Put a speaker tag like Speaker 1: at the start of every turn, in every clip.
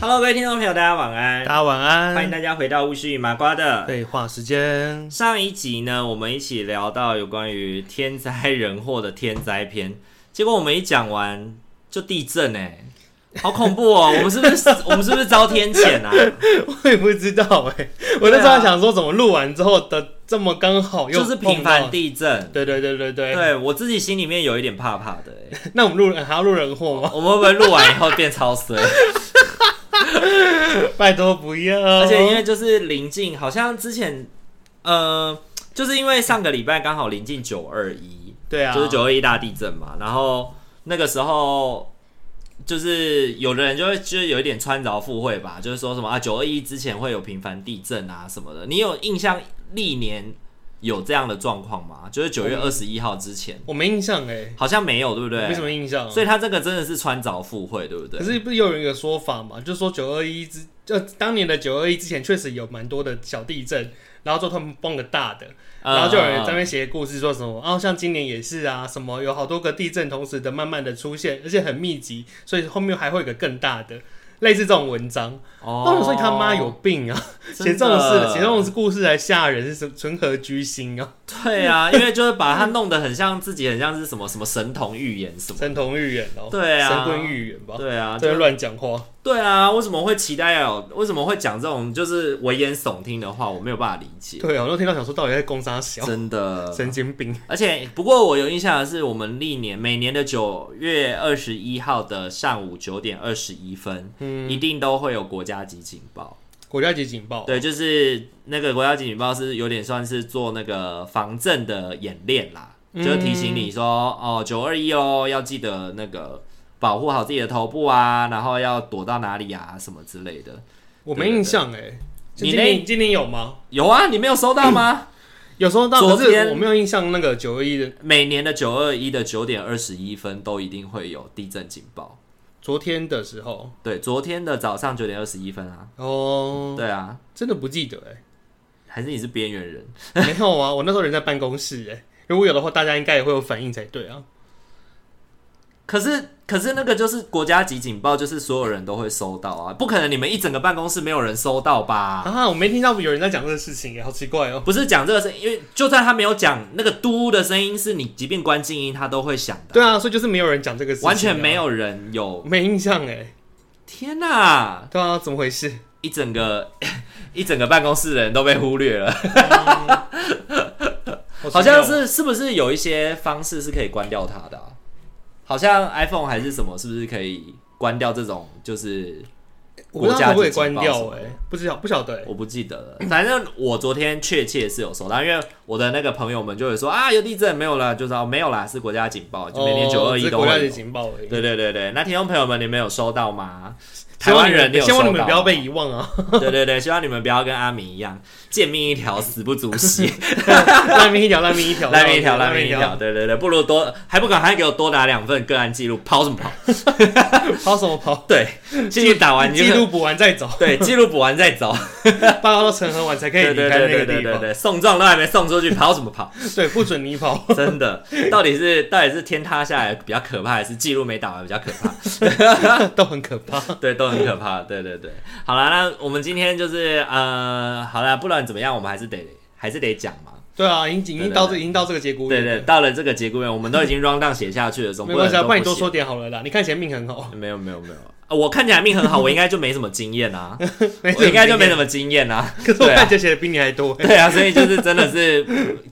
Speaker 1: Hello，各位听众朋友，大家晚安
Speaker 2: 大，家晚安。
Speaker 1: 欢迎大家回到巫师与麻瓜的。
Speaker 2: 废话时间，
Speaker 1: 上一集呢，我们一起聊到有关于天灾人祸的天灾篇，结果我们一讲完就地震哎、好恐怖哦！我们是不是我们是不是遭天谴啊？
Speaker 2: 我也不知道哎、我那时候还想说，怎么录完之后的这么刚好又
Speaker 1: 就是
Speaker 2: 碰
Speaker 1: 频
Speaker 2: 到
Speaker 1: 繁。地震。
Speaker 2: 对对对对对，
Speaker 1: 对我自己心里面有一点怕怕的、欸，
Speaker 2: 那我们录人还要录人祸吗？
Speaker 1: 我们会不会录完以后变超衰？
Speaker 2: 拜托不要！
Speaker 1: 而且
Speaker 2: 哦
Speaker 1: 因为就是临近，好像之前，呃，就是因为上个礼拜刚好临近九二一，
Speaker 2: 对啊，
Speaker 1: 就是九二一大地震嘛，然后那个时候就是有的人就会就是有一点穿凿附会吧，就是说什么啊九二一之前会有频繁地震啊什么的，你有印象历年有这样的状况吗？就是九月二十一号之前
Speaker 2: 我没印象哎、
Speaker 1: 好像没有，对不对？
Speaker 2: 我没什么印象。
Speaker 1: 所以他这个真的是穿凿附会，对不对
Speaker 2: 可？是不是有一个说法嘛，就说九二一之就当年的九二一之前确实有蛮多的小地震，然后之后他们崩个大的，
Speaker 1: 嗯
Speaker 2: 然后就有人在那
Speaker 1: 嗯
Speaker 2: 边写故事说什么，哦，像今年也是啊，什么有好多个地震同时的慢慢的出现，而且很密集，所以后面还会有一个更大的，类似这种文章。
Speaker 1: 哦
Speaker 2: 那我说你他妈有病啊！
Speaker 1: 真的
Speaker 2: 写这种事，写这种故事来吓人是什纯何居心啊？
Speaker 1: 对啊， 因为就是把它弄得很像自己，很像是什么什么神童预言什么。
Speaker 2: 神童预言哦，
Speaker 1: 对啊
Speaker 2: 神棍预言吧，
Speaker 1: 对啊，
Speaker 2: 在
Speaker 1: 就
Speaker 2: 那乱讲话。
Speaker 1: 对啊，为什么会期待要有？为什么会讲这种就是危言耸听的话？我没有办法理解，
Speaker 2: 对啊，我都听到想说到底在攻杀小
Speaker 1: 真的。
Speaker 2: 神经病。
Speaker 1: 而且，不过我有印象的是，我们历年每年的九月二十一号的上午九点二十一分，
Speaker 2: 嗯
Speaker 1: 一定都会有国家级警报。
Speaker 2: 国家级警报，
Speaker 1: 对，就是那个国家级警报是有点算是做那个防震的演练啦，就是提醒你说哦，九二一哦，要记得那个保护好自己的头部啊，然后要躲到哪里啊，什么之类的。
Speaker 2: 我没印象哎。
Speaker 1: 对对对
Speaker 2: 今年今年有吗？
Speaker 1: 有啊，你没有收到吗？
Speaker 2: 有时候到，
Speaker 1: 昨
Speaker 2: 可
Speaker 1: 天
Speaker 2: 是我没有印象那个九二一的。
Speaker 1: 每年的九二一的九点二十一分都一定会有地震警报。
Speaker 2: 昨天的时候
Speaker 1: 对，昨天的早上九点二十一分啊，
Speaker 2: 哦，
Speaker 1: 对啊，
Speaker 2: 真的不记得哎，
Speaker 1: 还是你是边缘人？
Speaker 2: 没有啊， 我那时候人在办公室哎，如果有的话，大家应该也会有反应才对啊。
Speaker 1: 可是可是那个就是国家级警报，就是所有人都会收到啊，不可能你们一整个办公室没有人收到吧？
Speaker 2: 啊，我没听到有人在讲这个事情哎，好奇怪哦。
Speaker 1: 不是讲这个声音，因为就算他没有讲那个嘟的声音，是你即便关静音，他都会响的，
Speaker 2: 对啊，所以就是没有人讲这个事情啊，
Speaker 1: 完全没有人有。
Speaker 2: 没印象哎。
Speaker 1: 天哪、
Speaker 2: 对啊，怎么回事？
Speaker 1: 一整个 一整个办公室的人都被忽略了，好像是是不是有一些方式是可以关掉它的啊、好像 iPhone 还是什么，是不是可以关掉这种？就是
Speaker 2: 我不知道可不可以关
Speaker 1: 国家级
Speaker 2: 掉
Speaker 1: 警报
Speaker 2: 哎
Speaker 1: 什么，
Speaker 2: 不知道不晓得哎。
Speaker 1: 我不记得了，反正我昨天确切是有收到，因为我的那个朋友们就会说啊，有地震没有啦，就是哦没有啦，是国家警报，就每年
Speaker 2: 哦
Speaker 1: 九二
Speaker 2: 这
Speaker 1: 一
Speaker 2: 是
Speaker 1: 都
Speaker 2: 国家
Speaker 1: 会
Speaker 2: 级
Speaker 1: 有。
Speaker 2: 警报而已。
Speaker 1: 对对对对，那听众朋友们，你们有收到吗？
Speaker 2: 希
Speaker 1: 台
Speaker 2: 望
Speaker 1: 湾
Speaker 2: 你
Speaker 1: 人，
Speaker 2: 们
Speaker 1: 你有
Speaker 2: 希望你
Speaker 1: 收
Speaker 2: 们
Speaker 1: 到
Speaker 2: 不要被遗忘啊，
Speaker 1: 吗对对对，希望你们不要跟阿明一样，贱命一条，死不足惜，
Speaker 2: 烂命一条，烂命一条，
Speaker 1: 烂命一条，烂
Speaker 2: 烂
Speaker 1: 命一条。，对对对，不如多还不赶快给我多打两份个案记录，跑什么跑？
Speaker 2: 跑什么 跑？
Speaker 1: 对，记录打完你就
Speaker 2: 记录补完再走，
Speaker 1: 对记录补完再走，
Speaker 2: 报告都审核完才可以
Speaker 1: 对
Speaker 2: 离
Speaker 1: 对
Speaker 2: 开
Speaker 1: 对
Speaker 2: 那
Speaker 1: 对
Speaker 2: 个
Speaker 1: 对
Speaker 2: 地
Speaker 1: 对
Speaker 2: 方。
Speaker 1: 对，送状都还没送出去，跑什么跑？
Speaker 2: 对，不准你跑。
Speaker 1: 真的，到底是到底是天塌下来比较可怕，还是记录没打完比较可怕？
Speaker 2: 都很可怕。
Speaker 1: 对，都很可怕。对对对，好啦，那我们今天就是呃，好啦，不管怎么样，我们还是得还是得讲嘛。
Speaker 2: 对啊，已经已
Speaker 1: 对
Speaker 2: 经
Speaker 1: 对
Speaker 2: 到这，
Speaker 1: 对
Speaker 2: 已经到这个节骨
Speaker 1: 对
Speaker 2: 眼
Speaker 1: 对，
Speaker 2: 了。
Speaker 1: 到了这个节骨眼，我们都已经 round down 写下去了，总
Speaker 2: 没
Speaker 1: 能
Speaker 2: 关系啊，
Speaker 1: 都
Speaker 2: 不然你
Speaker 1: 不
Speaker 2: 多
Speaker 1: 写
Speaker 2: 说。点好了啦。你看起来命很好，
Speaker 1: 没有没有没有，呃我看起来命很好，我应该就没什么经验啊，
Speaker 2: 没
Speaker 1: 我应该就没什
Speaker 2: 么
Speaker 1: 么经验啊。
Speaker 2: 经验，可是我
Speaker 1: 对啊
Speaker 2: 看起来写的比你还 多，
Speaker 1: 对啊，所以就是真的 是，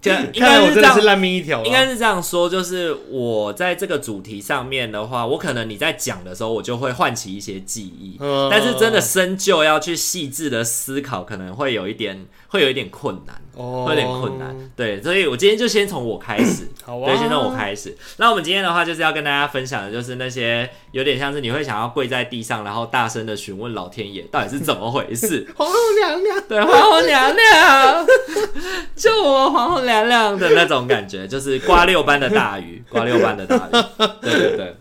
Speaker 1: 就应
Speaker 2: 看来
Speaker 1: 该
Speaker 2: 我
Speaker 1: 是
Speaker 2: 真
Speaker 1: 这
Speaker 2: 的
Speaker 1: 样
Speaker 2: 是烂命一条了，啊
Speaker 1: 应该是这样说，就是我在这个主题上面的话，我可能你在讲的时候，我就会唤起一些记忆，
Speaker 2: 嗯
Speaker 1: 但是真的深究要去细致的思考，可能会有一点，会有一点困难，
Speaker 2: 哦
Speaker 1: 会有点困难。，对，所以我今天就先从我开 始。
Speaker 2: 好啊，
Speaker 1: 对，先 从我开始。那我们今天的话，就是要跟大家分享的，就是那些有点像是你会想要跪在地上，然后大声的询问老天爷到底是怎么回 事，
Speaker 2: 皇后娘娘，
Speaker 1: 对，皇后娘娘， 救我皇后娘娘的那种感觉，就是刮六般的大雨，刮六般的大雨，对对对。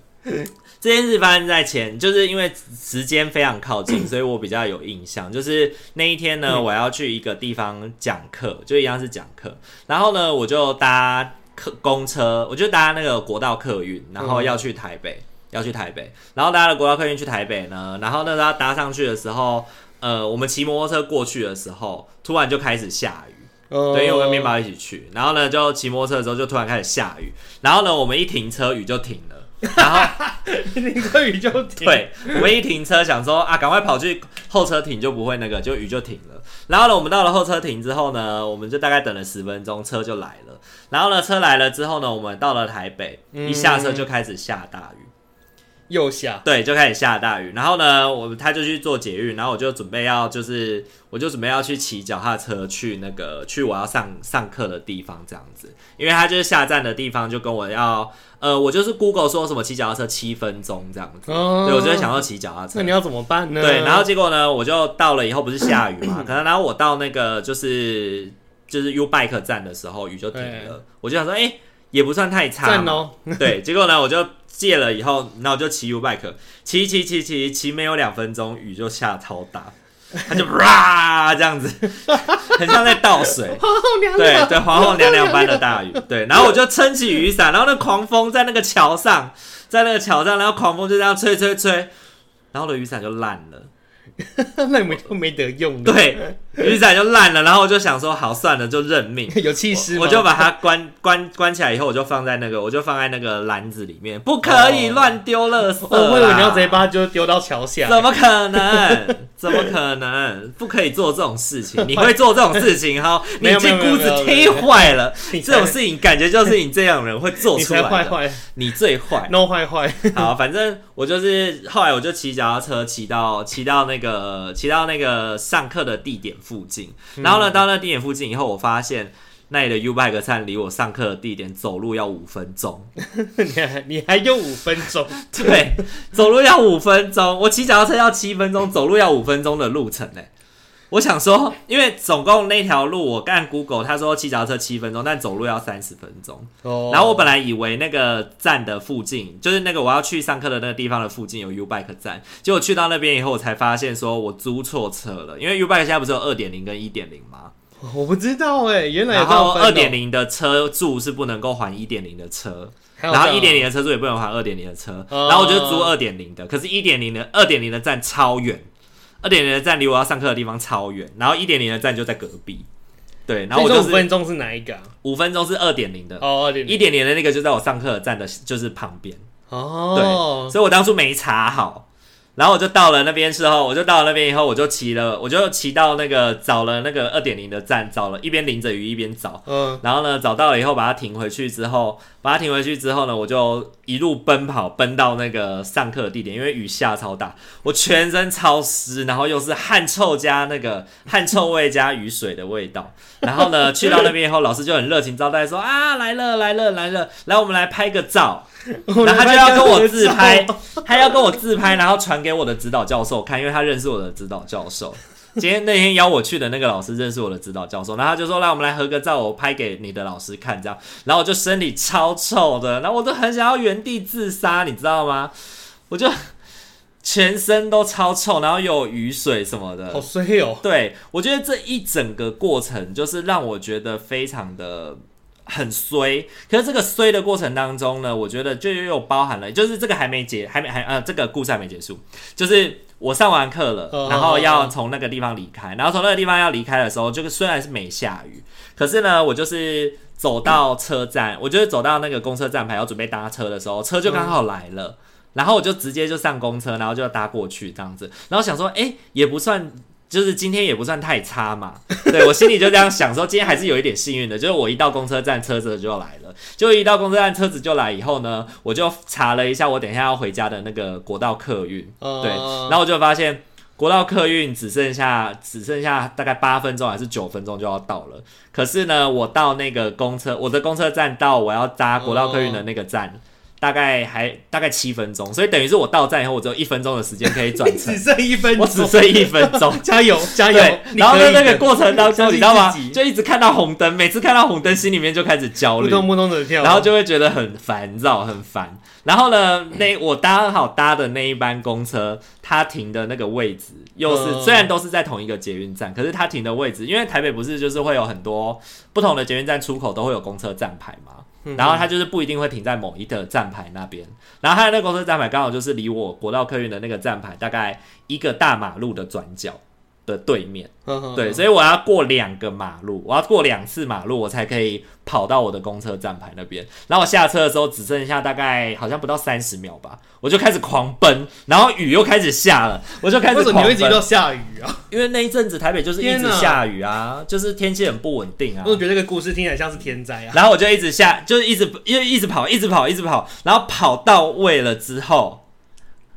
Speaker 1: 这件事发生在前，就是因为时间非常靠近，所以我比较有印象。就是那一天呢，我要去一个地方讲课，就一样是讲课。然后呢，我就搭客公车，我就搭那个国道客运，然后要去台北，要去台北。然后搭了国道客运去台北呢，然后那时候搭上去的时候，呃，我们骑摩托车过去的时候，突然就开始下雨。对，
Speaker 2: 对
Speaker 1: 因为我跟面 包一起去，然后呢，就骑摩托车的时候就突然开始下雨，然后呢，我们一停车雨就停了。然后
Speaker 2: 林科宇就停，，
Speaker 1: 对，我们一停车想说啊，赶快跑去后车停就不会那个，就雨就停了。然后呢，我们到了后车停之后呢，我们就大概等了十分钟，车就来了。然后呢，车来了之后呢，我们到了台北，一下车就开始下大雨。
Speaker 2: 右下，
Speaker 1: 对，就开始下大雨。然后呢，我他就去做捷运，然后我就准备要就是，我就准备要去骑脚踏车去那个去我要上上课的地方这样子，因为他就是下站的地方就跟我要，呃，我就是 Google 说什么骑脚踏车七分钟这样子，
Speaker 2: 哦
Speaker 1: 对我就会想要骑脚踏车
Speaker 2: 那。你要呃怎么办呢？
Speaker 1: 对，然后结果呢，我就到了以后不是下雨 嘛，可能然后我到那个就是就是 U Bike 站的时候，雨就停了，我就想说，哎、也不算太差
Speaker 2: 赞
Speaker 1: 嘛，
Speaker 2: 哦，
Speaker 1: 对，结果呢，我就借了以后，那我就骑 U bike，骑骑骑骑骑，没有两分钟，雨就下超大，它就啪这样子，很像在倒水。
Speaker 2: 皇 后娘
Speaker 1: 对
Speaker 2: 娘，
Speaker 1: 对，皇后娘娘般的大雨。对，然后我就撑起雨伞，然后那狂风在那个桥上，在那个桥上，然后狂风就这样吹吹吹，然后我的雨伞就烂了。
Speaker 2: 那你们就没得用了，
Speaker 1: 对，雨伞就烂了，然后我就想说，好算了，就认命。
Speaker 2: 有气势吗，
Speaker 1: 我就把它关关关起来以后，我就放在那个，我就放在那个篮子里面，不可以
Speaker 2: 哦
Speaker 1: 乱丢垃圾啦。啊
Speaker 2: 哦， 我以为你要直接把它就丢到 桥下，
Speaker 1: 怎么可能？ 怎么可能？不可以做这种事 情！你会做这种事情哈？你
Speaker 2: 没有
Speaker 1: 已经骨
Speaker 2: 没有没有
Speaker 1: 子
Speaker 2: 没
Speaker 1: 踢
Speaker 2: 有
Speaker 1: 坏了，
Speaker 2: 你才
Speaker 1: 这种事情感觉就是你这样的人会做
Speaker 2: 你
Speaker 1: 出
Speaker 2: 才
Speaker 1: 来
Speaker 2: 坏
Speaker 1: 的。
Speaker 2: 坏
Speaker 1: 你最坏，
Speaker 2: ，no 坏坏，
Speaker 1: 好，反正我就是后来我就骑脚踏车骑到骑到那个骑到那个上课的地点附近，然后呢，到那地点附近以后，我发现那里的 U bike 站离我上课的地点走路要五分钟，
Speaker 2: 你还你还用五分 钟，
Speaker 1: 对，走路要五分钟，我骑脚踏车要七分钟，走路要五分钟的路程呢、我想说，因为总共那条路我干 Google，他说骑脚踏车七分钟，但走路要三十分钟。
Speaker 2: 哦
Speaker 1: 然后我本来以为那个站的附近，就是那个我要去上课的那个地方的附近有 U Bike 站，结果去到那边以后，我才发现说我租错车了，因为 U Bike 现在不是有二点零跟一点零吗？
Speaker 2: 我不知道哎，原来有
Speaker 1: 然
Speaker 2: 这样
Speaker 1: 后
Speaker 2: 分哦
Speaker 1: 二点，零的车住是不能够还一点零的车，
Speaker 2: 还有
Speaker 1: 然后
Speaker 2: 这样
Speaker 1: 一点零的车主也不能还二点零的车，
Speaker 2: 哦
Speaker 1: 然后我就租二点零的，可是一点零的二点零的站超远，二点零的站离我要上课的地方超远，然后一点零的站就在隔壁，对，然后我
Speaker 2: 所以
Speaker 1: 就
Speaker 2: 这五
Speaker 1: 是
Speaker 2: 分钟是哪一个啊？
Speaker 1: 五分钟是二点零的，
Speaker 2: 哦，二点
Speaker 1: 一点零的那个就在我上课的站的，就是旁边，
Speaker 2: 哦，
Speaker 1: 所以我当初没查好。然后我就到了那边之后，我就到了那边以后，我就骑了，我就骑到那个找了那个二点零的站，找了一边淋着雨一边找，
Speaker 2: 嗯，
Speaker 1: 然后呢找到了以后把它停回去之后，把它停回去之后呢，我就一路奔跑奔到那个上课的地点，因为雨下超大，我全身超湿，然后又是汗臭加那个汗臭味加雨水的味道。 然后呢，去到那边以后，老师就很热情招待说啊来了来了来了，来我们来拍个照。 然后他就要跟我自拍，他要跟我自拍，然后传给我的指导教授看，因为他认识我的指导教授。今天那天邀我去的那个老师认识我的指导教授，然后他就说：“来，我们来合个照，我拍给你的老师看。”这样，然后我就身体超臭的，然后我都很想要原地自杀，你知道吗？我就全身都超臭，然后又有雨水什么的，
Speaker 2: 好衰哦，
Speaker 1: 对，我觉得这一整个过程就是让我觉得非常的很衰。可是这个衰的过程当中呢，我觉得就又有包含了，就是这个还没结，还没还呃，这个故事还没结束，就是。我上完课
Speaker 2: 哦
Speaker 1: 了，然后要从那个地方离开，然后从那个地方要离开的时候，就是虽然是没下雨，可是呢，我就是走到车站，我就是走到那个公车站牌要准备搭车的时候，车就刚好来了，然后我就直接就上公车，然后就搭过去这样子，然后想说，哎、也不算。就是今天也不算太差嘛， 对我心里就这样想说，今天还是有一点幸运的，就是我一到公车站，车子就来了，就一到公车站，车子就来以后呢，我就查了一下我等一下要回家的那个国道客运，对，
Speaker 2: 呃
Speaker 1: 然后我就发现国道客运只剩下只剩下大概八分钟还是九分钟就要到了。可是呢，我到那个公车，我的公车站到我要搭国道客运的那个站，大概还大概七分钟，所以等于是我到站以后，我只有一分钟的时间可以 转乘
Speaker 2: 只，剩一分钟，
Speaker 1: 我只剩一分钟。
Speaker 2: 加油加油
Speaker 1: 对，！
Speaker 2: 你
Speaker 1: 然后
Speaker 2: 可
Speaker 1: 在
Speaker 2: 以
Speaker 1: 那
Speaker 2: 的
Speaker 1: 个过程当中，
Speaker 2: 相
Speaker 1: 你
Speaker 2: 信
Speaker 1: 知道吗
Speaker 2: 自己？
Speaker 1: 就一直看到红灯，每次看到红灯，心里面就开始焦
Speaker 2: 扑
Speaker 1: 虑，
Speaker 2: 通扑通的跳，
Speaker 1: 然后就会觉得很烦躁，很烦。然后呢，那我搭好搭的那一班公车，它停的那个位置又是、
Speaker 2: 嗯
Speaker 1: 虽然都是在同一个捷运站，可是它停的位置，因为台北不是就是会有很多不同的捷运站出口都会有公车站牌嘛。
Speaker 2: 嗯
Speaker 1: 然后它就是不一定会停在某一个站牌那边，然后它的那个公车站牌刚好就是离我国道客运的那个站牌大概一个大马路的转角的对面。
Speaker 2: 呵呵
Speaker 1: 对，
Speaker 2: 呵
Speaker 1: 所以我要过两个马路，我要过两次马路，我才可以跑到我的公车站牌那边。然后我下车的时候只剩下大概好像不到三十秒吧，我就开始狂奔，然后雨又开始下了，我就开始
Speaker 2: 为什么
Speaker 1: 狂
Speaker 2: 你会一直遇到
Speaker 1: 奔。
Speaker 2: 下雨啊？
Speaker 1: 因为那一阵子台北就是一
Speaker 2: 天
Speaker 1: 直
Speaker 2: 哪
Speaker 1: 下雨啊，就是天气很不稳定啊
Speaker 2: 我。总觉得这个故事听起来像是天灾啊。
Speaker 1: 然后我就一直下，就是一直因为一直跑，一直跑，一直跑，然后跑到位了之后，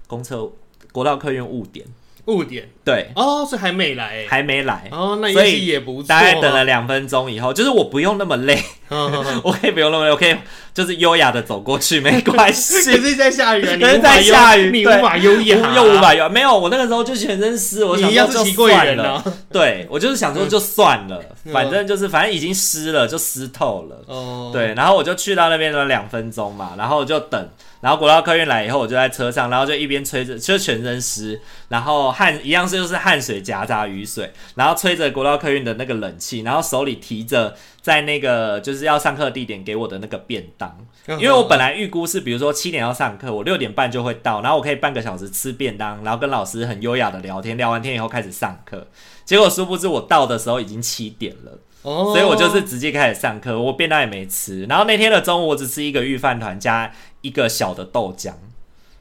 Speaker 1: 公车国道客运误点，
Speaker 2: 误点
Speaker 1: 对，
Speaker 2: 哦，是还没来欸
Speaker 1: 还没来，
Speaker 2: 哦，那
Speaker 1: 所
Speaker 2: 也
Speaker 1: 以
Speaker 2: 许也不错。
Speaker 1: 大
Speaker 2: 啊
Speaker 1: 概等了两分钟以后，就是我不用那么累。
Speaker 2: 哦呵呵 呵，
Speaker 1: 我可以不用那么累，我可以就是优雅的走过去，没关
Speaker 2: 可
Speaker 1: 系。啊
Speaker 2: 是在下雨啊，你
Speaker 1: 可是
Speaker 2: 无法
Speaker 1: 在下
Speaker 2: 优
Speaker 1: 雨
Speaker 2: 你
Speaker 1: 对
Speaker 2: 无法优雅，
Speaker 1: 又五，百元，没有，我那个时候就全身湿，我想
Speaker 2: 你一样
Speaker 1: 说就
Speaker 2: 是奇怪
Speaker 1: 算
Speaker 2: 人
Speaker 1: 了，
Speaker 2: 啊。
Speaker 1: 对我就是想说就算了，
Speaker 2: 嗯
Speaker 1: 反正就是反正已经湿了，就湿透了。
Speaker 2: 哦，
Speaker 1: 对，然后我就去到那边了两分钟嘛，然后我就等，然后国道客运来以后，我就在车上，然后就一边吹着，就全身湿，然后汗一样是就是汗水夹杂雨水，然后吹着国道客运的那个冷气，然后手里提着在那个就是要上课地点给我的那个便当，
Speaker 2: 嗯，
Speaker 1: 因为我本来预估是，比如说七点要上课，我六点半就会到，然后我可以半个小时吃便当，然后跟老师很优雅的聊天，聊完天以后开始上课。结果殊不知我到的时候已经七点了，
Speaker 2: 哦，
Speaker 1: 所以我就是直接开始上课，我便当也没吃。然后那天的中午我只吃一个御饭团加一个小的豆浆，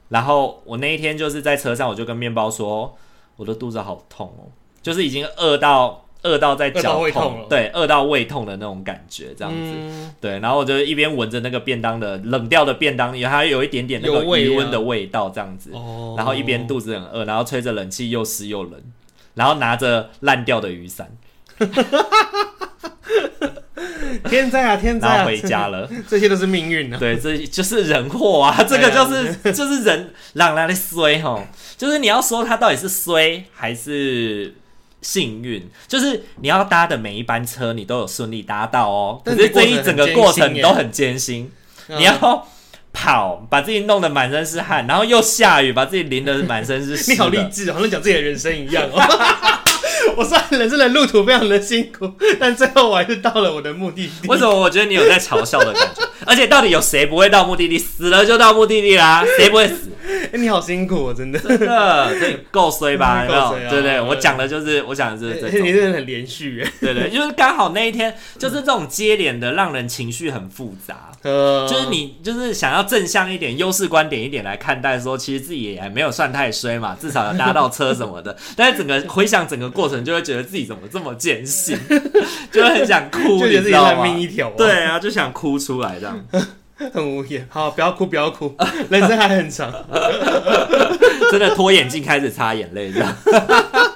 Speaker 1: 然后我那一天就是在车上我就跟面包说，我的肚子好痛哦，就是已经饿到饿到在
Speaker 2: 饿到
Speaker 1: 绞
Speaker 2: 胃
Speaker 1: 痛，
Speaker 2: 痛了
Speaker 1: 对，饿到胃痛的那种感觉，这样子。
Speaker 2: 嗯
Speaker 1: 对，然后我就一边闻着那个便当的冷掉的便当，因为它有一点点那个
Speaker 2: 有味啊
Speaker 1: 余温的味道这样子，
Speaker 2: 哦，
Speaker 1: 然后一边肚子很饿，然后吹着冷气又湿又冷，然后拿着烂掉的雨伞，
Speaker 2: 天灾啊天灾
Speaker 1: 然
Speaker 2: 啊，
Speaker 1: 后回家了。
Speaker 2: 这些都是命运啊。
Speaker 1: 对，这就是人祸 啊！这个就是就是人朗朗的衰吼，就是你要说他到底是衰还是幸运，就是你要搭的每一班车你都有顺利搭到哦，可
Speaker 2: 但
Speaker 1: 是
Speaker 2: 这
Speaker 1: 这
Speaker 2: 过
Speaker 1: 一
Speaker 2: 程
Speaker 1: 整
Speaker 2: 很
Speaker 1: 个
Speaker 2: 艰
Speaker 1: 过
Speaker 2: 辛
Speaker 1: 程
Speaker 2: 耶
Speaker 1: 都很艰辛。
Speaker 2: 嗯
Speaker 1: 你要跑，把自己弄得满身是汗，然后又下雨，把自己淋得满身是湿。
Speaker 2: 你好励
Speaker 1: 的。
Speaker 2: 志哦，好像讲自己的人生一样哦。 我虽然人生的路途非常的辛苦，但最后我还是到了我的目的地。
Speaker 1: 为什么我觉得你有在嘲笑的感觉？而且到底有谁不会到目的地？死了就到目的地 啦，谁不会死？
Speaker 2: 哎你好辛苦哦，真的，
Speaker 1: 真的，这够衰吧？有没
Speaker 2: 够衰
Speaker 1: 有？
Speaker 2: 啊
Speaker 1: 对不对，
Speaker 2: 对
Speaker 1: 我讲的就是我讲的就是这
Speaker 2: 哎 你
Speaker 1: 种，
Speaker 2: 真的很连续耶。
Speaker 1: 对对，就是刚好那一天，就是这种接连的，让人情绪很复杂。
Speaker 2: 呃，
Speaker 1: 就是你就是想要正向一点、优势观点一点来看待说其实自己也没有算太衰嘛，至少有搭到车什么的。 但是整个回想整个过程，就会觉得自己怎么这么艰辛， 就会很想哭，
Speaker 2: 就
Speaker 1: 你
Speaker 2: 觉得自
Speaker 1: 知
Speaker 2: 己
Speaker 1: 道
Speaker 2: 烂命
Speaker 1: 吗？
Speaker 2: 一条、哦，
Speaker 1: 对啊，就想哭出来这 样，
Speaker 2: 很无言。好，不要哭，不要哭， 人生还很长。
Speaker 1: 真的脱眼镜开始擦眼泪这样，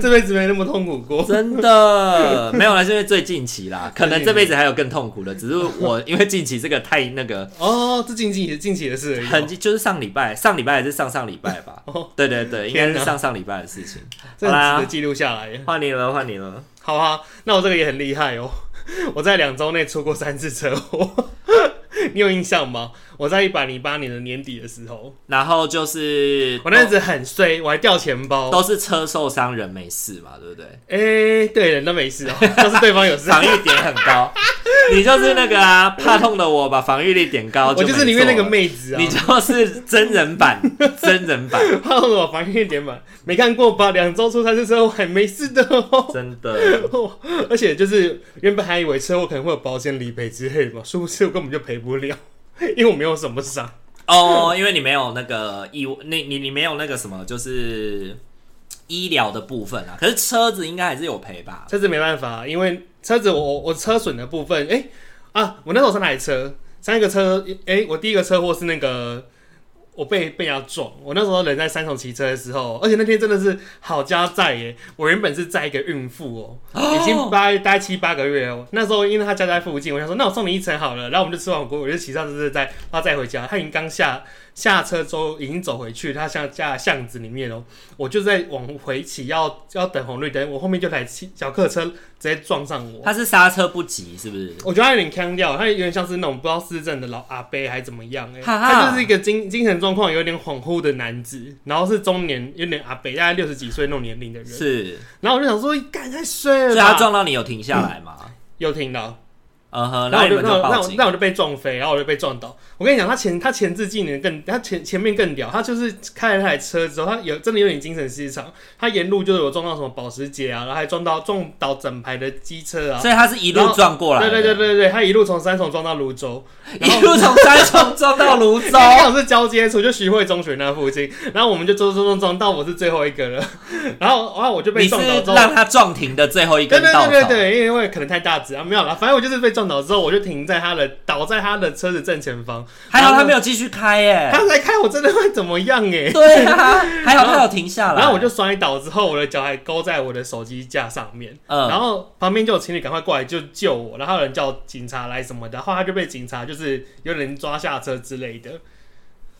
Speaker 2: 这辈子没那么痛苦过。
Speaker 1: 真的没有啦，是因为最近期啦，可能这辈子还有更痛苦的，只是我因为近期这个太那个
Speaker 2: 哦，这近期也近期的事而已、
Speaker 1: 很就是上礼拜，上礼拜还是上上礼拜吧
Speaker 2: 哦，
Speaker 1: 对对对，应该
Speaker 2: 天
Speaker 1: 是
Speaker 2: 哪
Speaker 1: 上上礼拜的事情。
Speaker 2: 这
Speaker 1: 好
Speaker 2: 很
Speaker 1: 啦
Speaker 2: 值得记录下来。
Speaker 1: 换你了，换你了。
Speaker 2: 好啊，那我这个也很厉害哦。 我在两周内出过三次车祸， 你有印象吗？我在一百零八年的年底的时候，
Speaker 1: 然后就是
Speaker 2: 我那阵子很衰，我还掉钱包
Speaker 1: 哦都。都是车受伤，人没事嘛，对不对？
Speaker 2: 哎、对，人都没事哦，都是对方有 事。
Speaker 1: 防御点很 高，你就是那个啊，怕痛的我把防御力点高，
Speaker 2: 我
Speaker 1: 就
Speaker 2: 就
Speaker 1: 没
Speaker 2: 是里面那
Speaker 1: 错
Speaker 2: 个
Speaker 1: 了。
Speaker 2: 妹子啊，
Speaker 1: 你就是真人 版，真人版，
Speaker 2: 怕我防御点满，没看过吧？两周出三次车祸还没事的哦。
Speaker 1: 真的。
Speaker 2: 而且就是原本还以为车祸可能会有保险理赔之类的嘛，殊不知我根本就赔不了，因为我没有什么伤。
Speaker 1: 哦，因为你没有那个医，你你你没有那个什么，就是医疗的部分啊。可是车子应该还是有赔吧？
Speaker 2: 车子没办法，因为车子我我车损的部分，哎、啊，我那时候是哪里车？上一个车，哎、我第一个车祸是那个我被被人家撞，我那时候人在三重骑车的时候，而且那天真的是好家在耶，我原本是载一个孕妇哦、已经大概大概七八个月哦，那时候因为她家在附近，我想说那我送你一程好了，然后我们就吃完火锅，我就骑上车子再把她载回家，她已经刚下下车之后已经走回去，她像家的巷子里面哦、我就在往回骑，要要等红绿灯，我后面就台汽小客车直接撞上我。
Speaker 1: 他是刹车不及，是不是？
Speaker 2: 我觉得他有点腔调，他有点像是那种不知道市政的老阿伯还怎么样、欸，
Speaker 1: 哈哈
Speaker 2: 他就是一个精精神状况有点恍惚的男子，然后是中年有点阿伯，大概六十几岁那种年龄的人。
Speaker 1: 是，
Speaker 2: 然后我就想说，干太
Speaker 1: 所
Speaker 2: 衰了
Speaker 1: 以他
Speaker 2: 吧，
Speaker 1: 撞到你有停下来吗？
Speaker 2: 又听到，
Speaker 1: 嗯哼，然
Speaker 2: 然后
Speaker 1: 后你
Speaker 2: 我就
Speaker 1: 们就
Speaker 2: 那我那
Speaker 1: 报
Speaker 2: 我
Speaker 1: 警。
Speaker 2: 那我就被撞飞，然后我就被撞倒。我跟你讲，他前他前置技能更，他前前面更屌，他就是开了那台车之后，他有真的有点精神失常，他沿路就是有撞到什么保时捷啊，然后还撞到撞倒整排的机车啊。
Speaker 1: 所以他是一路撞过来的，
Speaker 2: 对对对对对，他一路从三重撞到泸州，然后
Speaker 1: 一路从三重撞到泸州，
Speaker 2: 刚好是交接处，就徐汇中学那附近，然后我们就撞撞撞撞到我是最后一个了，然后然后我就 被
Speaker 1: 你是
Speaker 2: 撞倒之后，
Speaker 1: 让他撞停的最后一
Speaker 2: 对
Speaker 1: 根
Speaker 2: 对
Speaker 1: 稻草。
Speaker 2: 对对对，因为可能太大只啊，没有啦，反正我就是被撞倒之后，我就停在他的倒在他的车子正前方，
Speaker 1: 还好他没有继续开耶、
Speaker 2: 他来看我真的会怎么样 哎、
Speaker 1: 对啊，还 好他有停下来。
Speaker 2: 然后我就摔倒之后，我的脚还勾在我的手机架上面，
Speaker 1: 嗯，
Speaker 2: 然后旁边就有情侣赶快过来就救我，然后有人叫警察来什么的，然后他就被警察就是有人抓下车之类的，
Speaker 1: 嗯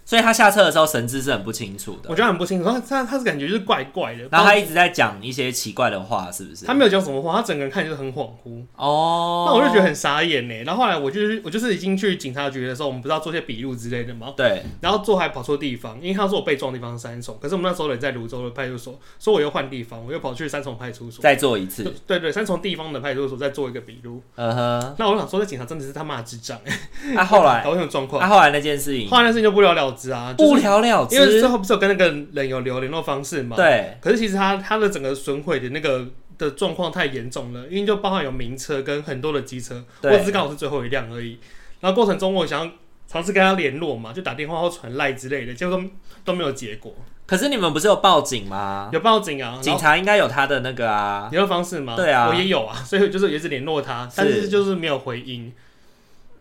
Speaker 1: 所以他下车的时候神志是很不清楚的
Speaker 2: 我，觉得很不清楚，他他他是感觉就是怪怪的，
Speaker 1: 然后他一直在讲一些奇怪的话，是不是？
Speaker 2: 他没有讲什么话，他整个人看起来就是很恍惚。
Speaker 1: 哦，
Speaker 2: 那我就觉得很傻眼呢。然后后来我就是我就是已经去警察局的时候，我们不是要做些笔录之类的吗？
Speaker 1: 对，
Speaker 2: 然后做还跑错地方，因为他说我被撞的地方是三重，可是我们那时候人在泸州的派出所，所以我又换地方，我又跑去三重派出所。
Speaker 1: 再做一 次，
Speaker 2: 对对，三重地方的派出所再做一个笔录。
Speaker 1: 嗯哼。
Speaker 2: 那我想说，这警察真的是他妈的智障欸，
Speaker 1: 那、后 来，
Speaker 2: 搞什么状
Speaker 1: 那、
Speaker 2: 况？
Speaker 1: 后来那件事情
Speaker 2: 后来那事情就不了了之啊，
Speaker 1: 不
Speaker 2: 就是
Speaker 1: 了了
Speaker 2: 因为最
Speaker 1: 之，
Speaker 2: 后不是有跟那个人有留联络方式嘛？
Speaker 1: 对，
Speaker 2: 可是其实他他的整个损毁的那个的状况太严重了，因为就包含有名车跟很多的机车，
Speaker 1: 对
Speaker 2: 我只是刚好是最后一辆而已。然后过程中我想要尝试跟他联络嘛，就打电话或传赖之类的，结果都都没有结果，
Speaker 1: 可是你们不是有报警吗？
Speaker 2: 有报警啊，然
Speaker 1: 警
Speaker 2: 后
Speaker 1: 察应该有他的那个啊，
Speaker 2: 联络方式嘛，
Speaker 1: 对啊
Speaker 2: 我也有啊，所以就是也是联络他，但是就是没有回音。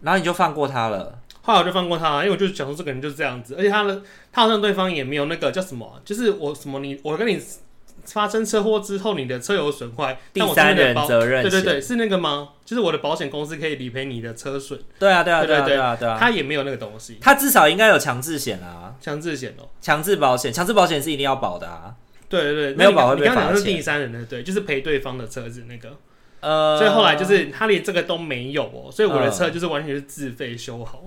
Speaker 1: 然后你就放过他了。
Speaker 2: 后来我就放过他，因为我就想说这个人就是这样子，而且他的他好像对方也没有那个叫什么啊，就是我什么你我跟你发生车祸之后你的车有损坏，
Speaker 1: 第
Speaker 2: 但我这
Speaker 1: 三
Speaker 2: 边的
Speaker 1: 人
Speaker 2: 保
Speaker 1: 责任
Speaker 2: 对
Speaker 1: 险，
Speaker 2: 对对，是那个吗？就是我的保险公司可以理赔你的车损，
Speaker 1: 对啊对啊
Speaker 2: 对
Speaker 1: 啊
Speaker 2: 对
Speaker 1: 对啊对啊，
Speaker 2: 他也没有那个东西，
Speaker 1: 他至少应该有强制险啊，
Speaker 2: 强制险哦。
Speaker 1: 强制保险，强制保险是一定要保的啊。
Speaker 2: 对对对，
Speaker 1: 没有
Speaker 2: 那你刚
Speaker 1: 保会被
Speaker 2: 你刚刚
Speaker 1: 罚
Speaker 2: 讲的是
Speaker 1: 钱
Speaker 2: 第三人的，对，就是赔对方的车子那个，
Speaker 1: 呃，
Speaker 2: 所以后来就是他连这个都没有哦，所以我的车就是完全是自费修好。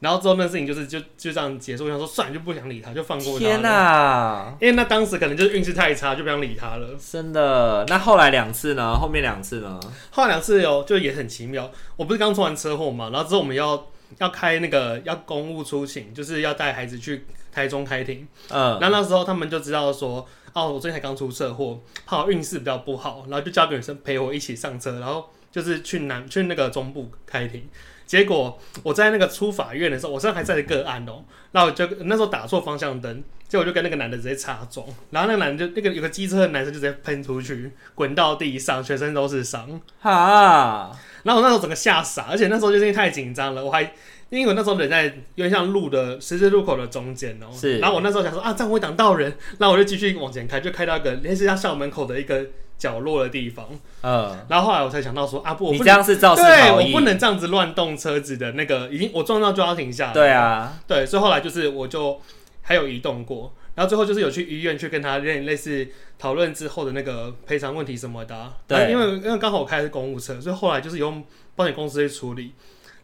Speaker 2: 然后之后那事情就是就就这样结束，我想说算了就不想理他，就放过他。
Speaker 1: 天哪、
Speaker 2: 哪！因为那当时可能就是运气太差，就不想理他了。
Speaker 1: 真的，那后来两次呢？后面两次呢？
Speaker 2: 后来两次有就也很奇妙，我不是刚出完车祸嘛，然后之后我们要要开那个要公务出勤，就是要带孩子去台中开庭。
Speaker 1: 嗯，
Speaker 2: 然后那时候他们就知道说，哦，我最近才刚出车祸，怕我运势比较不好，然后就叫个女生陪我一起上车，然后就是去南去那个中部开庭。结果我在那个出法院的时候，我身上还在个案哦，然后我就那时候打错方向灯，结果我就跟那个男的直接擦撞，然后那个男的就那个有个机车的男生就直接喷出去，滚到地上，全身都是伤。
Speaker 1: 哈，
Speaker 2: 然后我那时候整个吓傻，而且那时候就是因为太紧张了，我还因为我那时候人在有点像路的十字路口的中间哦、
Speaker 1: 是
Speaker 2: 然后我那时候想说啊，这样会挡到人，那我就继续往前开，就开到一个类似像校门口的一个角落的地方。
Speaker 1: 嗯，
Speaker 2: 然后后来我才想到说啊，不，我
Speaker 1: 你
Speaker 2: 不
Speaker 1: 这
Speaker 2: 能，
Speaker 1: 样是肇事
Speaker 2: 对
Speaker 1: 逃
Speaker 2: 我
Speaker 1: 逸
Speaker 2: 不，能这样子乱动车子的那个，已经我撞到就要停下来。
Speaker 1: 对，啊，
Speaker 2: 对，所以后来就是我就还有移动过，然后最后就是有去医院去跟他类类似讨论之后的那个赔偿问题什么的啊、
Speaker 1: 对
Speaker 2: 然后因为因为刚好我开的是公务车，所以后来就是用保险公司去处理，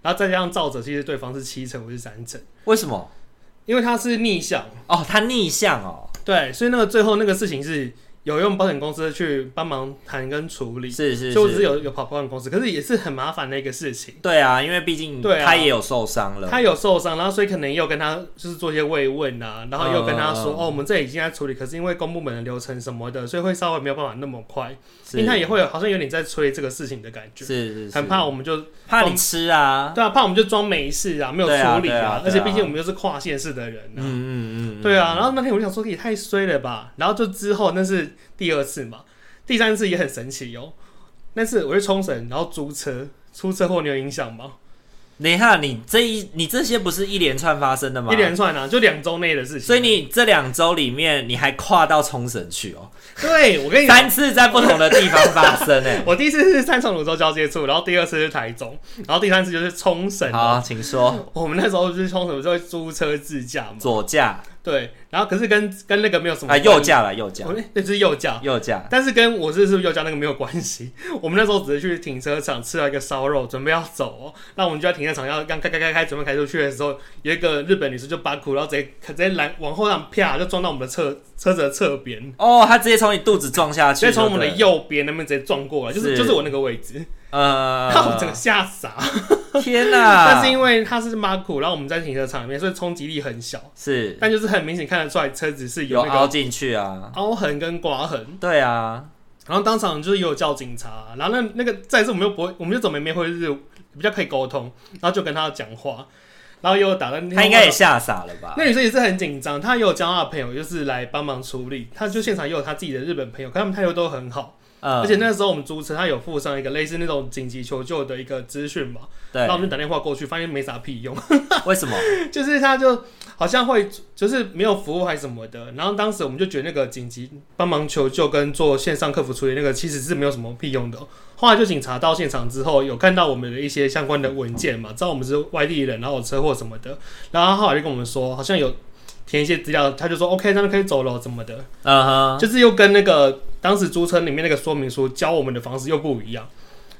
Speaker 2: 然后再加上造者，其实对方是七成，我是三成，
Speaker 1: 为什么？
Speaker 2: 因为他是逆向，
Speaker 1: 哦，他逆向哦，
Speaker 2: 对，所以那个最后那个事情是有用保险公司去帮忙谈跟处理，
Speaker 1: 是是
Speaker 2: 所以我只是
Speaker 1: 是，
Speaker 2: 有有跑保险公司，可是也是很麻烦的一个事情。
Speaker 1: 对啊，因为毕竟
Speaker 2: 对啊
Speaker 1: 他也有受伤了，
Speaker 2: 他有受伤，然后所以可能又跟他就是做一些慰问啊，然后又跟他说、
Speaker 1: 嗯
Speaker 2: 哦，我们这里已经在处理，可是因为公部门的流程什么的，所以会稍微没有办法那么快。
Speaker 1: 是
Speaker 2: 因为他也会有好像有点在催这个事情的感觉，
Speaker 1: 是是是
Speaker 2: 很怕我们就
Speaker 1: 怕你吃啊，
Speaker 2: 对啊，怕我们就装没事啊，没有处
Speaker 1: 对
Speaker 2: 理
Speaker 1: 啊对啊对啊
Speaker 2: 而且毕竟我们又是跨县市的人啊。
Speaker 1: 嗯嗯嗯，嗯
Speaker 2: 对啊，然后那天我就想说也太衰了吧，然后就之后那是第二次嘛，第三次也很神奇哦。那次我去冲绳，然后租车，出车祸你有影响吗？
Speaker 1: 等一下，你这一你这些不是一连串发生的吗？
Speaker 2: 一连串啊，就两周内的事情。
Speaker 1: 所以你这两周里面，你还跨到冲绳去哦，
Speaker 2: 对我跟你讲，
Speaker 1: 三次在不同的地方发生 哎、
Speaker 2: 我第一次是三重泸州交接处，然后第二次是台中，然后第三次就是冲绳。
Speaker 1: 好，请说
Speaker 2: 我们那时候就是冲绳，就会租车自驾嘛。
Speaker 1: 左驾
Speaker 2: 对，然后可是跟跟那个没有什么
Speaker 1: 啊，右
Speaker 2: 关系，
Speaker 1: 驾了，右驾，
Speaker 2: 嗯我那那就是右驾，
Speaker 1: 右驾。
Speaker 2: 但是跟我这次右驾那个没有关系。我们那时候只是去停车场吃了一个烧肉，准备要走、哦，那我们就在停车场要刚开开开开，准备开出去的时候，有一个日本女生就把苦，然后直接直接拦往后让啪就撞到我们的侧车子的侧边，
Speaker 1: 哦，他直接从你肚子撞下去，
Speaker 2: 直接从我们的
Speaker 1: 对不对
Speaker 2: 右边那边直接撞过来，就是
Speaker 1: 是
Speaker 2: 就是我那个位置，然 后我整个
Speaker 1: 呃，
Speaker 2: 吓傻。
Speaker 1: 天哪、
Speaker 2: 但是因为它是马苦，然后我们在停车场里面，所以冲击力很小，
Speaker 1: 是
Speaker 2: 但就是很明显看得出来车子是
Speaker 1: 有
Speaker 2: 有那
Speaker 1: 凹
Speaker 2: 个
Speaker 1: 进去啊，
Speaker 2: 凹痕跟刮痕。
Speaker 1: 对啊，
Speaker 2: 然后当场就是也有叫警察，然后那那个再一次我们又不会，我们就怎么也没会日语比较可以沟通，然后就跟他讲话，然后也有打断
Speaker 1: 他应该也吓傻了吧？
Speaker 2: 那女生也是很紧张，她也有叫她的朋友就是来帮忙处理，她就现场也有她自己的日本朋友，可他们态度都很好，
Speaker 1: 嗯，
Speaker 2: 而且那时候我们租车，她有附上一个类似那种紧急求救的一个资讯嘛，
Speaker 1: 对
Speaker 2: 然后我，们就打电话过去，发现没啥屁用，
Speaker 1: 为什么？
Speaker 2: 就是他就好像会就是没有服务还是什么的，然后当时我们就觉得那个紧急帮忙求救跟做线上客服处理那个其实是没有什么屁用的。后来就警察到现场之后，有看到我们的一些相关的文件嘛，知道我们是外地人，然后有车祸什么的，然后他后来就跟我们说好像有填一些资料，他就说 OK，那就可以走了怎么的，
Speaker 1: 嗯哼，
Speaker 2: 就是又跟那个当时租车里面那个说明书教我们的方式又不一样，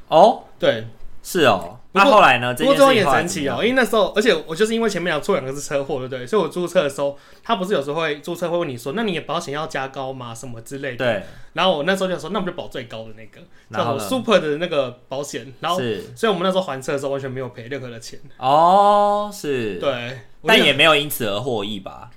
Speaker 1: 哦，
Speaker 2: 对，
Speaker 1: 是哦，那、
Speaker 2: 不过
Speaker 1: 后来呢？
Speaker 2: 不
Speaker 1: 这
Speaker 2: 过
Speaker 1: 件
Speaker 2: 最后
Speaker 1: 事
Speaker 2: 也
Speaker 1: 情后来
Speaker 2: 神奇
Speaker 1: 怎么
Speaker 2: 哦、
Speaker 1: 样
Speaker 2: 因为那时候，而且我就是因为前面有出两个是车祸，对不对？所以我租车的时候，他不是有时候会租车会问你说，那你的保险要加高吗？什么之类的。
Speaker 1: 对，
Speaker 2: 然后我那时候就说，那我们就保最高的那个，
Speaker 1: 然
Speaker 2: 叫
Speaker 1: 后
Speaker 2: 做
Speaker 1: 呢
Speaker 2: Super 的那个保险。然后，
Speaker 1: 是
Speaker 2: 所以我们那时候还车的时候完全没有赔任何的钱，
Speaker 1: 哦，是，
Speaker 2: 对，我
Speaker 1: 但
Speaker 2: 就
Speaker 1: 也没有因此而获益吧？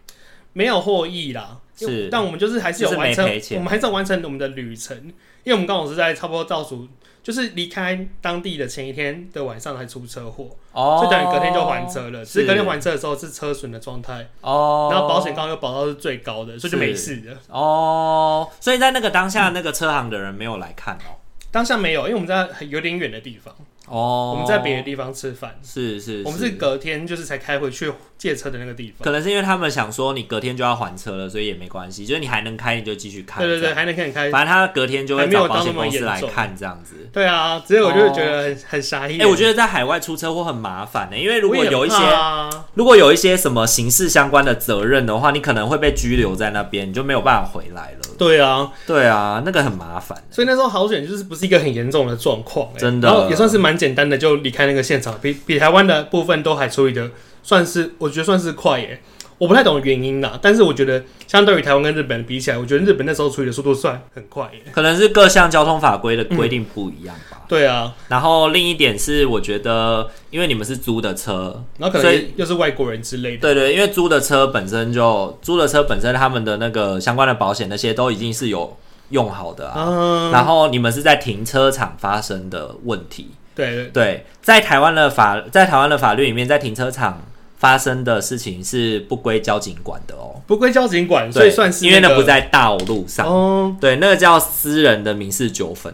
Speaker 2: 没有获益啦。
Speaker 1: 是
Speaker 2: 但我们就是还是有
Speaker 1: 就是没
Speaker 2: 完成，
Speaker 1: 赔钱
Speaker 2: 我们还是有完成我们的旅程，因为我们刚好是在差不多倒数，就是离开当地的前一天的晚上才出车祸。
Speaker 1: 哦，
Speaker 2: 就等于隔天就还车了。只是
Speaker 1: 是
Speaker 2: 隔天还车的时候是车损的状态，
Speaker 1: 哦，
Speaker 2: 然后保险。杠又保到是最高的，所以就是没事了。
Speaker 1: 哦，所以在那个当下，那个车行的人没有来看哦。
Speaker 2: 当下没有，因为我们在很有点远的地方，
Speaker 1: 哦，
Speaker 2: 我们在别的地方吃饭，
Speaker 1: 是是，
Speaker 2: 我们是隔天就是才开回去借车的那个地方。
Speaker 1: 可能是因为他们想说你隔天就要还车了，所以也没关系，就是你还能开你就继续开。
Speaker 2: 对对
Speaker 1: 这
Speaker 2: 对，
Speaker 1: 样，
Speaker 2: 还能可以开。
Speaker 1: 反正他隔天就会
Speaker 2: 还没有
Speaker 1: 找
Speaker 2: 到
Speaker 1: 保
Speaker 2: 那
Speaker 1: 险
Speaker 2: 么
Speaker 1: 公司来
Speaker 2: 严重
Speaker 1: 看这样子。
Speaker 2: 对啊，只是我就是觉得很很傻眼。
Speaker 1: 哎，我觉得在海外出车祸很麻烦欸呢，因为如
Speaker 2: 我
Speaker 1: 果
Speaker 2: 也
Speaker 1: 有一些
Speaker 2: 怕啊
Speaker 1: 如果有一些什么刑事相关的责任的话，你可能会被拘留在那边，你就没有办法回来了。
Speaker 2: 对啊，
Speaker 1: 对啊，那个很麻烦。
Speaker 2: 所以那时候好险，就是不是一个很严重的状况、哎
Speaker 1: 真的
Speaker 2: 然后也算是蛮简单的，就离开那个现场，比比台湾的部分都还处理的算是，我觉得算是快耶、我不太懂原因啦，但是我觉得相对于台湾跟日本比起来，我觉得日本那时候处理的速度算很快耶、
Speaker 1: 可能是各项交通法规的规定不一样吧。
Speaker 2: 对啊，
Speaker 1: 然后另一点是，我觉得因为你们是租的车，
Speaker 2: 然后可
Speaker 1: 所
Speaker 2: 能
Speaker 1: 以
Speaker 2: 又是外国人之类的，
Speaker 1: 对对，因为租的车本身就租的车本身他们的那个相关的保险那些都已经是有用好的啊。
Speaker 2: 嗯，
Speaker 1: 然后你们是在停车场发生的问题，
Speaker 2: 对对
Speaker 1: 对，在台湾的法在台湾的法律里面，在停车场发生的事情是不归交警管的哦。
Speaker 2: 不归交警管，
Speaker 1: 对
Speaker 2: 所以算是、
Speaker 1: 因为
Speaker 2: 那
Speaker 1: 那
Speaker 2: 个
Speaker 1: 不在道路上，
Speaker 2: 哦，
Speaker 1: 对，那个叫私人的民事纠纷。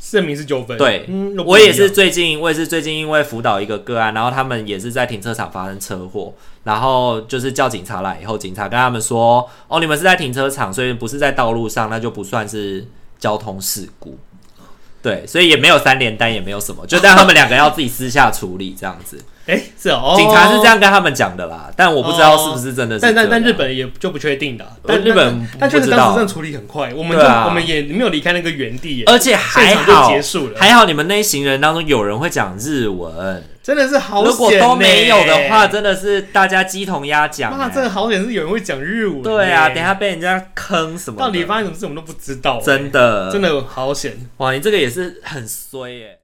Speaker 2: 是民事纠纷，
Speaker 1: 对
Speaker 2: 嗯，
Speaker 1: 我也是，最近，我也是最近因为辅导一个个案，然后他们也是在停车场发生车祸，然后就是叫警察来以后，警察跟他们说，哦，你们是在停车场，所以不是在道路上，那就不算是交通事故。对，所以也没有三连单，也没有什么，就让他们两个要自己私下处理这样子。
Speaker 2: 哎、是哦，
Speaker 1: 警察是这，样跟他们讲的啦，但我不知道是不是真的是这
Speaker 2: 但
Speaker 1: 样。呃
Speaker 2: 但但日本也就不确定的，但
Speaker 1: 日本
Speaker 2: 但但确实
Speaker 1: 不知道
Speaker 2: 当时真的处理很快，我们就、
Speaker 1: 对啊
Speaker 2: 我们也没有离开那个原地耶，
Speaker 1: 而且还
Speaker 2: 现场就
Speaker 1: 好
Speaker 2: 结束了。
Speaker 1: 还好你们那一行人当中有人会讲日文，
Speaker 2: 真的是好险、欸
Speaker 1: 如果都没有的话，，真的是大家鸡同鸭讲、
Speaker 2: 那
Speaker 1: 欸。
Speaker 2: 真的好险是有人会讲日文、
Speaker 1: 对啊，等一。下被人家坑什么的？
Speaker 2: 到底发生什么事我们都不知道、
Speaker 1: 真的
Speaker 2: 真的好险。
Speaker 1: 哇，你这个也是很衰哎、